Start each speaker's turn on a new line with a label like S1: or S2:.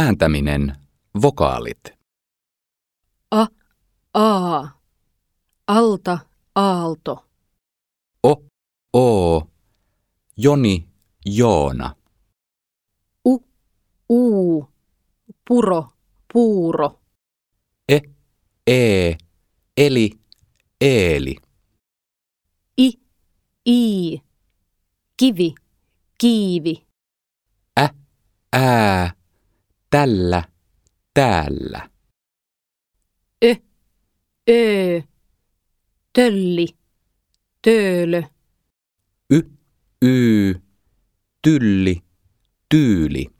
S1: Ääntäminen, vokaalit.
S2: A, a, alta, aalto,
S1: O, o, Joni, Joona.
S2: u, uu, puro, puuro,
S1: E, e, eli, eeli.
S2: i, ii, kivi, kiivi,
S1: Ä, ää, tällä, täällä.
S2: ö, ö, tölli, töölö,
S1: Y, y, tylli, tyyli.